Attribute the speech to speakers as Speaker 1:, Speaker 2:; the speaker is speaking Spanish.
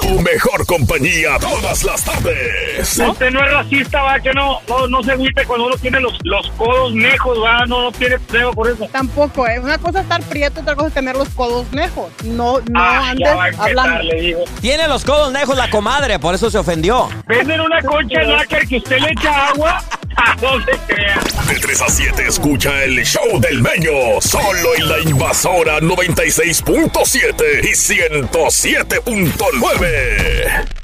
Speaker 1: Tu mejor compañía todas las tardes.
Speaker 2: ¿No? Usted Este, no es racista, va, que no, no, no se agüite cuando uno tiene los, los codos mejos, va, no, no tiene prueba por eso.
Speaker 3: Tampoco, es Una cosa es estar prieto, otra cosa es tener los codos lejos. No, no
Speaker 2: Ah,
Speaker 3: andes
Speaker 2: ya va a empezar,
Speaker 3: hablando.
Speaker 2: le digo.
Speaker 4: Tiene los codos lejos la comadre, por eso se ofendió.
Speaker 2: Venden una concha de nácar que usted le echa agua, ¿a dónde crea?
Speaker 1: De 3 a 7 escucha el show del meño. Solo en la invasora 96.7 y 107.9.